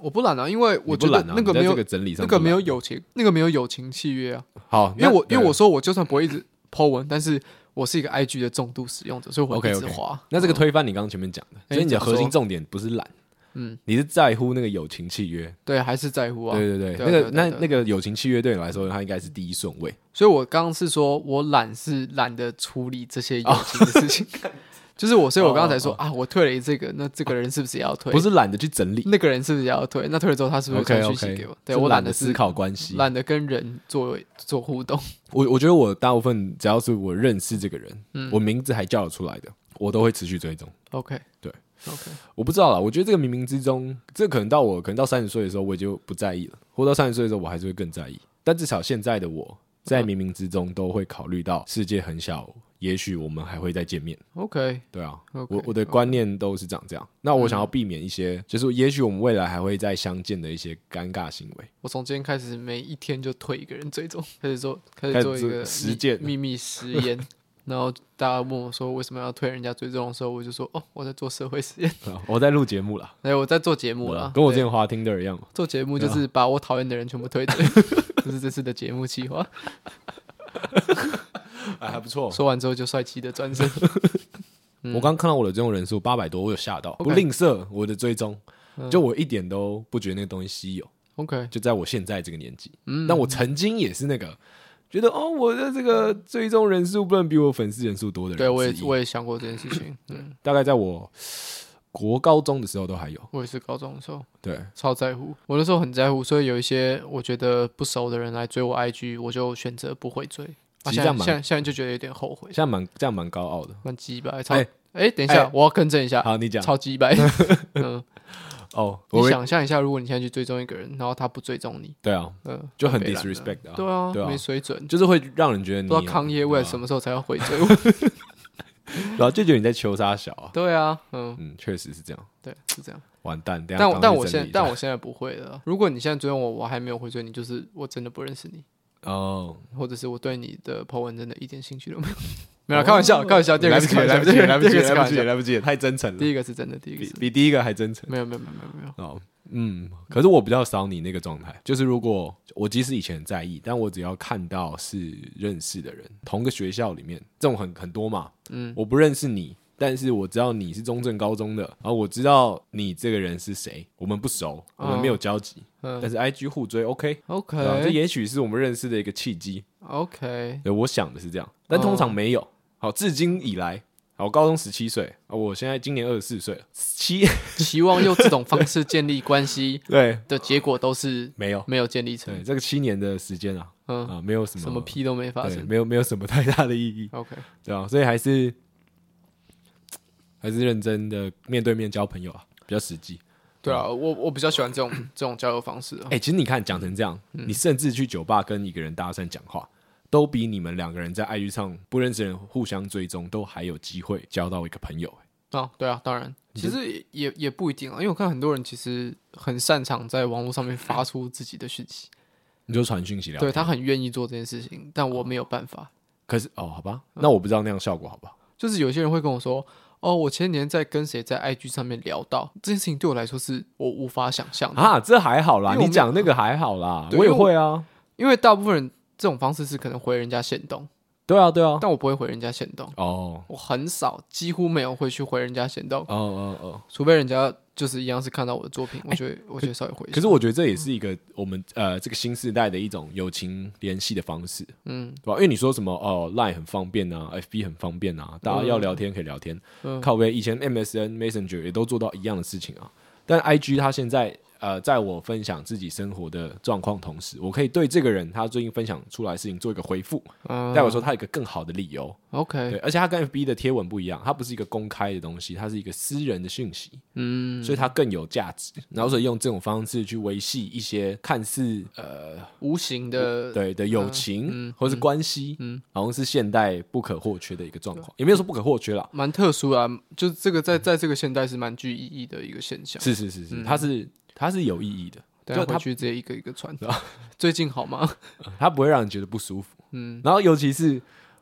我不懒啊，因为你不我觉得懒啊？那个你在没有、这个整理上那不个懒没有友情，那个没有友情契约啊。好，因为我因为对我说我就算不会一直 Po 文，但是我是一个 IG 的重度使用者，所以我会一 OK，OK 直滑。嗯那这个推翻你刚刚前面讲的，哎所以你的怎么说核心重点不是懒，嗯，你是在乎那个友情契约。对还是在乎啊。对对对，对那个对对那对那个友情契约对你来说，它应该是第一顺位。所以我刚刚是说我懒是懒得处理这些友情的事情，哦 就是我，所以我刚刚才说、啊，我退了这个，那这个人是不是也要退？不是懒得去整理。那个人是不是也要退？那退了之后他是不是 OK 传讯息 OK，给我？嗯对就我懒得得思思，考关系。懒得跟人做做互动。 我我觉得我大部分只要是我认识这个人，嗯我名字还叫得出来的，我都会持续追踪。 OK，对，OK，我不知道啦，我觉得这个冥冥之中，这可能到我可能到三十岁的时候，我也就不在意了；或到三十岁的时候，我还是会更在意。但至少现在的我在冥冥之中都会考虑到世界很小，也许我们还会再见面。 OK，对啊 OK，我我的嗯观念都是长这样。那我想要避免一些，就是也许我们未来还会再相见的一些尴尬行 为。我从今天开始每一天就退一个人追踪， 开始做开开始始做一做个实秘践秘密实验。 然后大家问我说为什么要退人家追踪的时候，我就说哦，我在做社会实验， 啊我在录节目啦，哎，我在做节目啦，啊跟我对之前滑 Tinder 一样啊嘛。做节目就是把我讨厌的人全部 推掉，这是这次的节目计划。哦哎，还不错。嗯说完之后就帅气的转 身。我刚看到我的追踪人数八百多，我有吓到，不 OK 吝啬我的追踪，就我一点都不觉得那个东西稀有， OK，就在我现在这个年纪。嗯但我曾经也是那个觉得哦，我的这个追踪人数不能比我粉丝人数多的人之一。嗯对我也我也想过这件事情。嗯，大概在我国高中的时候都还有。我也是高中的时候对，超在乎，我那时候很在乎，所以有一些我觉得不熟的人来追我 IG，我就选择不会追。啊、其现实这在样现蛮在现在就觉得有点后悔现，在蛮这样蛮高傲的。蛮鸡掰。超哎哎、等一下，哎我要更正一下，好，你讲啊超 鸡掰。嗯，哦，你我会想象一下，如果你现在去追踪一个人，然后他不追踪你，对啊，嗯，就很北蓝了 disrespect 啊，对啊，对啊啊没水准。就是会让人觉得不你知道康耶为了什么，么时候才要 回追我？然后就觉得你在求杀小啊。对啊，嗯，嗯，确实是这样，对，是这样。完蛋。等一下但我赶快但去我整现理在一下但我现在不会了。如果你现在追踪我，我还没有回追你，就是我真的不认识你，哦，或者是我对你的 po 文真的一点兴趣都没有。 没有啊啦，开玩笑，开玩笑，第哦二来个不是及开了，玩来不及了，来笑，不及第二了，个是开来玩不及了，笑。来不及了，太真诚了第，一个是真的，第一个比是比第一个还真诚。没有没有没有没有没有。哦，嗯，可是我比较少你那个状态，就是如果我即使以前很在意，但我只要看到是认识的人，同个学校里面这种很很多嘛，嗯，我不认识你，但是我知道你是中正高中的，然后我知道你这个人是谁，我们不熟，我们没有交集，但 嗯是 IG 互追 OK，对啊这 OK 也许是我们认识的一个契机， OK，对，我想的是这样，嗯但通常没有。好，至今以来，好，我高中十七岁，啊，我现在今年二十四岁了，七期望用这种方式建立关系对，的结果都是没有，没有建立成，对，这个七年的时间啊，嗯，啊，没有什么什么屁都没发对，生。没有没有什么太大的意义， OK，对啊，所以还是还是认真的面对面交朋友啊，比较实际。对啊，我我比较喜欢这种这种交友方式啊哎、。其实你看讲成这样，嗯你甚至去酒吧跟一个人搭讪讲话，都比你们两个人在 IG 上不认识的人互相追踪，都还有机会交到一个朋友、哎啊，对啊，当然，其实也也也不一定啊，因为我看很多人其实很擅长在网络上面发出自己的讯息，你就传讯息聊天。对他很愿意做这件事情，但我没有办法。可是哦，好吧，嗯那我不知道那样效果好不好。就是有些人会跟我说：“哦，我前几天在跟谁在 IG 上面聊到这件事情，对我来说是我无法想象的，啊，这还好啦，嗯因为我你们讲那个还好啦，对我也因为我会啊，因为大部分人这种方式是可能回人家限动，对啊，对啊。但我不会回人家限动，哦我很少，几乎没有会去回人家限动哦，哦哦，除非人家就是一样是看到我的作品，我觉得、我觉得稍微回一下。哎可是我觉得这也是一个我们呃这个新时代的一种友情联系的方式，嗯，对吧？因为你说什么哦，Line 很方便啊，FB 很方便啊，大家要聊天可以聊天，嗯靠背以前 MSN Messenger 也都做到一样的事情啊，但 IG 它现在呃，在我分享自己生活的状况同时，我可以对这个人他最近分享出来的事情做一个回复，嗯代表说他有一个更好的理由，啊对， OK，而且它跟 FB 的贴文不一样，它不是一个公开的东西，它是一个私人的讯息，嗯，所以它更有价值。然后所以用这种方式去维系一些看似呃无形的对的友情、嗯或是关系，嗯，好像是现代不可或缺的一个状况，也没有说不可或缺啦。蛮特殊啊，就是这个在在这个现代是蛮具意义的一个现象。是是是嗯是，它是它是有意义的，等下就回它 啊去直接一个一个传。最近好吗？ 它不会让人觉得不舒服。嗯，然后尤其是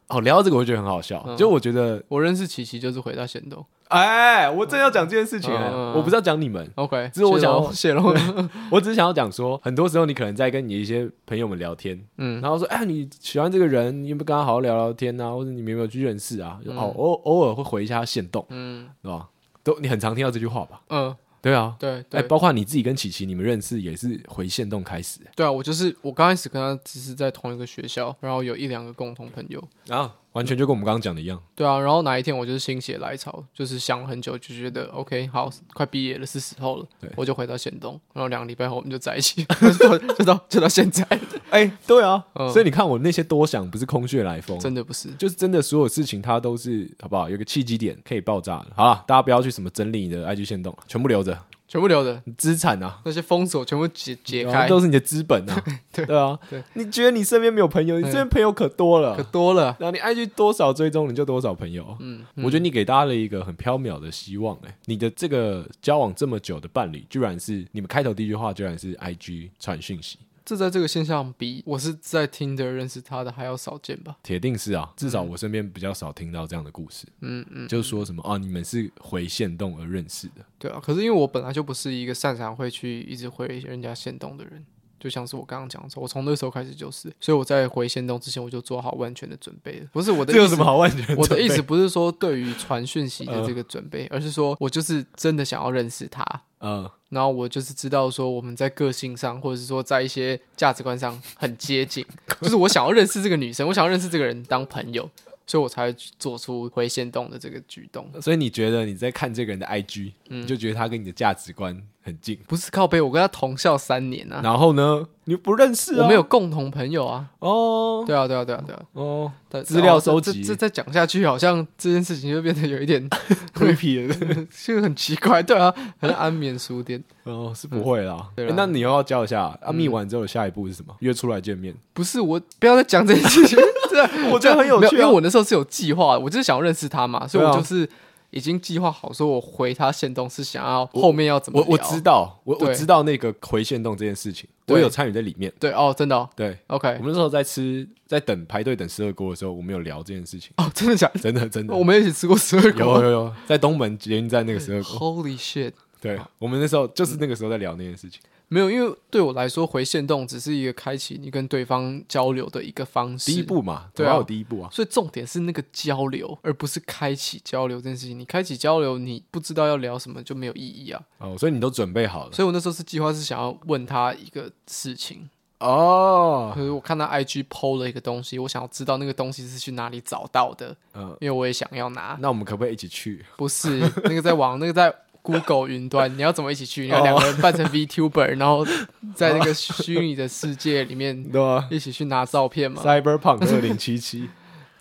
哦，聊到这个我觉得很好笑，嗯就我觉得，我认识琪琪就是回到仙斗。哎，我正要讲这件事情、哎嗯我不是要讲你们， OK，只是我想要写龙，谢咯 我只是想要讲说，很多时候你可能在跟你一些朋友们聊天，嗯，然后说，哎，你喜欢这个人，你有没有跟他好好聊聊天啊？或者你们有没有去认识啊？就哦，偶偶尔会回一下他线动， 嗯对吧？都你很常听到这句话吧？嗯，对啊，对哎，对包括你自己跟琪琪，你们认识也是回线动开始对啊，我就是我刚开始跟他只是在同一个学校，然后有一两个共同朋友，啊，完全就跟我们刚刚讲的一样。对啊，然后哪一天我就是心血来潮，就是想了很久，就觉得 OK，好，快毕业了，是时候了对，我就回到仙东，然后两个礼拜后我们就在一起， 就到就到就到现在，哎，对啊，嗯所以你看我那些多想，不是空穴来风，真的不是，就是真的所有事情它都是好不好？有个契机点可以爆炸的。好了，大家不要去什么整理你的 IG 线动，全部留着全部留着，资产啊，那些封锁全部解解然开后，哦都是你的资本啊。 对啊对，你觉得你身边没有朋友，你身边朋友可多了可。多了，然后你 IG 多少追踪，你就多少朋友。嗯，我觉得你给大家了一个很缥缈的希望、哎，你的这个交往这么久的伴侣，居然是你们开头第一句话，居然是 IG 传讯息，这在这个现象比我是在 Tinder 认识他的还要少见吧，铁定是啊。至少我身边比较少听到这样的故事，嗯嗯。就是说什么啊，你们是回线动而认识的。对啊，可是因为我本来就不是一个擅长会去一直回人家线动的人，就像是我刚刚讲的时候，我从那时候开始就是，所以我在回线动之前，我就做好万全的准备了。不是我的这有意什思么，好万全准备？嗯我的意思不是说对于传讯息的这个准备，而是说我就是真的想要认识他，呃，然后我就是知道说我们在个性上，或者是说在一些价值观上很接近， 就是我想要认识这个女生，我想要认识这个人当朋友，所以我才会做出回线动的这个举动。所以你觉得你在看这个人的 IG，、你嗯就觉得他跟你的价值观很近，不是靠背，我跟他同校三年啊。然后呢，你不认识、啊，我们有共同朋友啊，哦对啊，对啊，对啊，对啊哦但。资料哦这收集这这再讲下去，好像这件事情就变得有一点， ，creepy 的就很奇怪，对啊，很像安眠书店，哦，是不会啦。嗯对诶啦嗯那你又要教一下，啊，密完之后下一步是什么？约出来见面，不是我，不要再讲这件事情，对啊， 我觉得很有没有，趣因啊为我那时候是有计划，我就是想要认识他嘛，所以对我啊就是已经计划好，说我回他线动是想要后面要怎么我我聊知道，我我对知道那个回线动这件事情，对我有参与在里面。对哦，真的哦对，我，OK，们那时候在吃，在等排队等十二锅的时候，我们有聊这件事情，哦，真的假 的？真的真的我们一起吃过十二有锅有有，在东门捷运站那个十二锅， ，Holy shit！对我们那时候就是那个时候在聊那件事情。没有，因为对我来说，回线动只是一个开启你跟对方交流的一个方式。第一步嘛，对总啊要有第一步啊。所以重点是那个交流，而不是开启交流这件事情。你开启交流，你不知道要聊什么就没有意义啊。哦，所以你都准备好了所以我那时候是计划是想要问他一个事情，哦可。是我看他 IG PO 了一个东西，我想要知道那个东西是去哪里找到的，嗯，因为我也想要拿。那我们可不可以一起去？不是那个在 网，那个在 Google 云端，你要怎么一起去？你要两哦个人扮成 VTuber，然后在 那个虚拟的世界里面对啊 一起去拿照片嘛？ ，Cyberpunk 二零七七。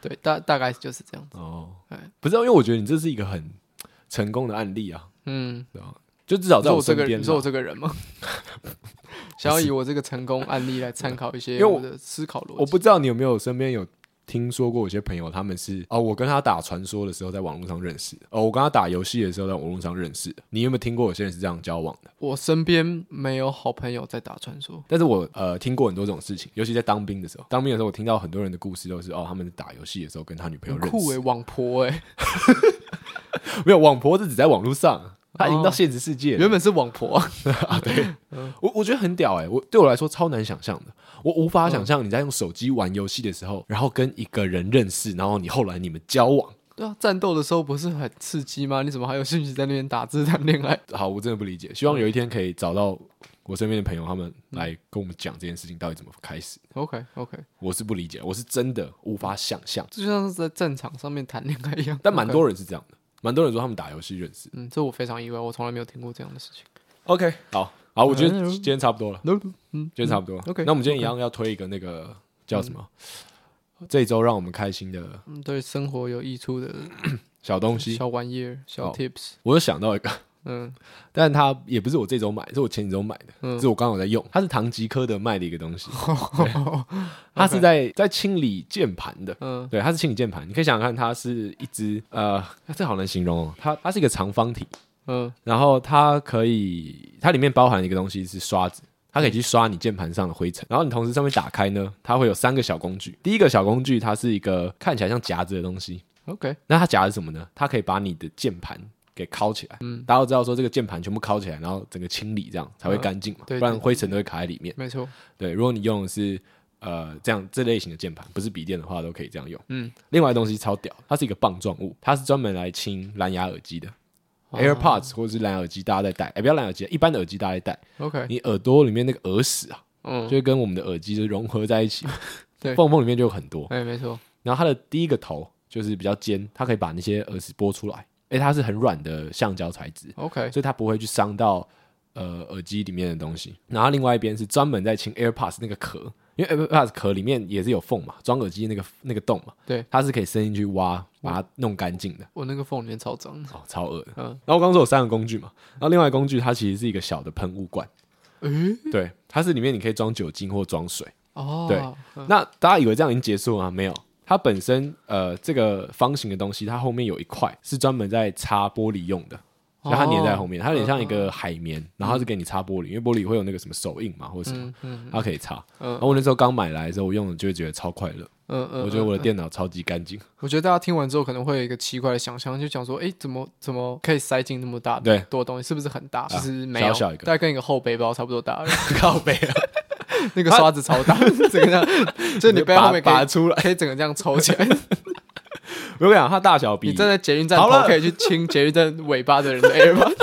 对，大大概就是这样子。哦哎，不是啊，因为我觉得你这是一个很成功的案例啊，嗯。就至少你在说我这身个，边你啦。说我这个 人吗？想要以我这个成功案例来参考一因些为我我的思考逻我辑。不知道你有没有身边有听说过有些朋友，他们是哦，我跟他打传说的时候在网络上认识的，哦，我跟他打游戏的时候在网络上认识的。你有没有听过有些人是这样交往的？我身边没有好朋友在打传说，但是我呃听过很多这种事情，尤其在当兵的时候，当兵的时候我听到很多人的故事都是哦，他们打游戏的时候跟他女朋很友认酷识欸诶、，网婆诶、没有网婆是只在网络上。他已经到哦现实世界了，原本是网婆、啊我我觉得很屌哎、我对我来说超难想象的，我无嗯法想象你在用手机玩游戏的时候，然后跟一个人认识，然后你后来你们交往。 对啊，战斗的时候不是很刺激吗？你怎么还有兴趣在那边打字谈恋爱？ 好，我真的不理解，希望有一天可以找到我身边的朋友，他们嗯来跟我们讲这件事情到底怎么开始。 OK OK，我是不理解，我是真的无法想象。这就像是在战场上面谈恋爱一样。但蛮 OK，多人是这样的，蛮多人说他们打游戏认识。嗯，这我非常意外，我从来没有听过这样的事情。 OK，好好，我觉得嗯今天差不多了， No，嗯，今天差不多了。嗯，OK，那我们今天一样要推一个那个叫什么？这一周让我们开心的嗯，对生活有益处的小东西。小玩意儿、小好 tips，我又想到一个，嗯但它也不是我这周买，是我前几周买的，嗯是我刚好在用。它是唐吉诃德卖的一个东西，对它是在在清理键盘的。嗯对，它是清理键盘。你可以想想看，它是一只呃，这好难形容哦。它它是一个长方体，嗯然后它可以，它里面包含一个东西是刷子，它它可以去刷你键盘上的灰尘。然后你同时上面打开呢，它会有三个小工具。第一个小工具它是一个看起来像夹子的东西， OK，那它夹的是什么呢？它可以把你的键盘给铐起来。嗯，大家都知道说这个键盘全部铐起来，然后整个清理，这样才会干净嘛，对不然对灰尘都会卡在里面。没错，对，如果你用的是呃这样这类型的键盘，不是笔电的话，都可以这样用。嗯，另外东西超屌，它是一个棒状物，它是专门来清蓝牙耳机的。AirPods 哦或者是蓝牙耳机，大家在戴，哎、不要蓝牙耳机，一般的耳机大家在戴， OK，你耳朵里面那个耳屎啊，嗯就，会跟我们的耳机就融合在一起， 对缝缝里面就有很多。哎，没错，然后它的第一个头就是比较尖，它可以把那些耳屎拨出来，哎、它是很软的橡胶材质， OK，所以它不会去伤到呃耳机里面的东西。然后另外一边是专门在清 AirPods 那个壳，因为 AirPods 壳里面也是有缝嘛，装耳机那个那个洞嘛，对，它是可以伸进去挖，把它弄干净的。我那个缝里面超脏的，哦，超恶的。嗯然后我刚刚说有三个工具嘛，然后另外一个工具它其实是一个小的喷雾罐，诶，对，它是里面你可以装酒精或装水。哦，对嗯，那大家以为这样已经结束了吗？没有，它本身呃这个方形的东西，它后面有一块是专门在擦玻璃用的。所以它粘在后哦面，它有点像一个海绵，嗯然后它是给你擦玻璃，因为玻璃会有那个什么手印嘛，或者什么，它可以擦。嗯然后我那时候刚买来的时候，我用了就会觉得超快乐，嗯嗯，我觉得嗯我的电脑超级干净。 我觉得大家听完之后可能会有一个奇怪的想象，就讲说，哎，怎么怎么可以塞进那么大的对啊多东西？是不是很大？其实没有，小小一个大概跟一个后背包差不多大 而已，靠 背啊，那个刷子超 大，整个这样，就你背后面可拔拔以出来。可以整个这样抽起来。我跟你讲，它大小 比你站在捷运站好头了可以去亲捷运站尾巴的人的 AirPod，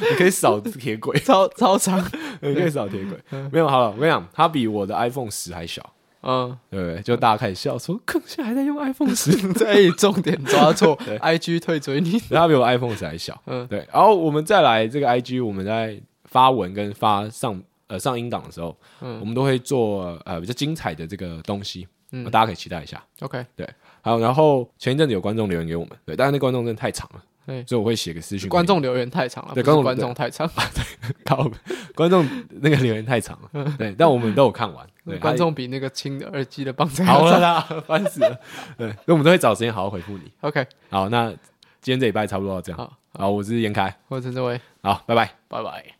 你可以扫铁轨， 超超长。 你可以扫铁轨。没有好了，我跟你讲，它比我的 iPhone 十还小， 嗯，对不对？就大家开始笑说，可现在还在用 iPhone 十，对，重点抓错对，IG 退追你。它比我 iPhone 十还小。嗯对。然后我们再来这个 IG，我们在发文跟发上呃上音档的时候，嗯我们都会做呃比较精彩的这个东西，嗯大家可以期待一下。 OK，好，然后前一阵子有观众留言给我们，对，但是那观众真的太长了，对所以我会写个私讯给你。观众留言太长了，对不是观观众众太长， 靠背，观众那个留言太长了，对，但我们都有看 完，对，嗯观众比那个亲的耳机的棒子还好了要长。啦， 烦死了。对，那我们都会找时间好好回复你。 OK，好，那今天这礼拜差不多到这样。好，好，我是严凯，我是陈志伟，好，拜拜。拜拜。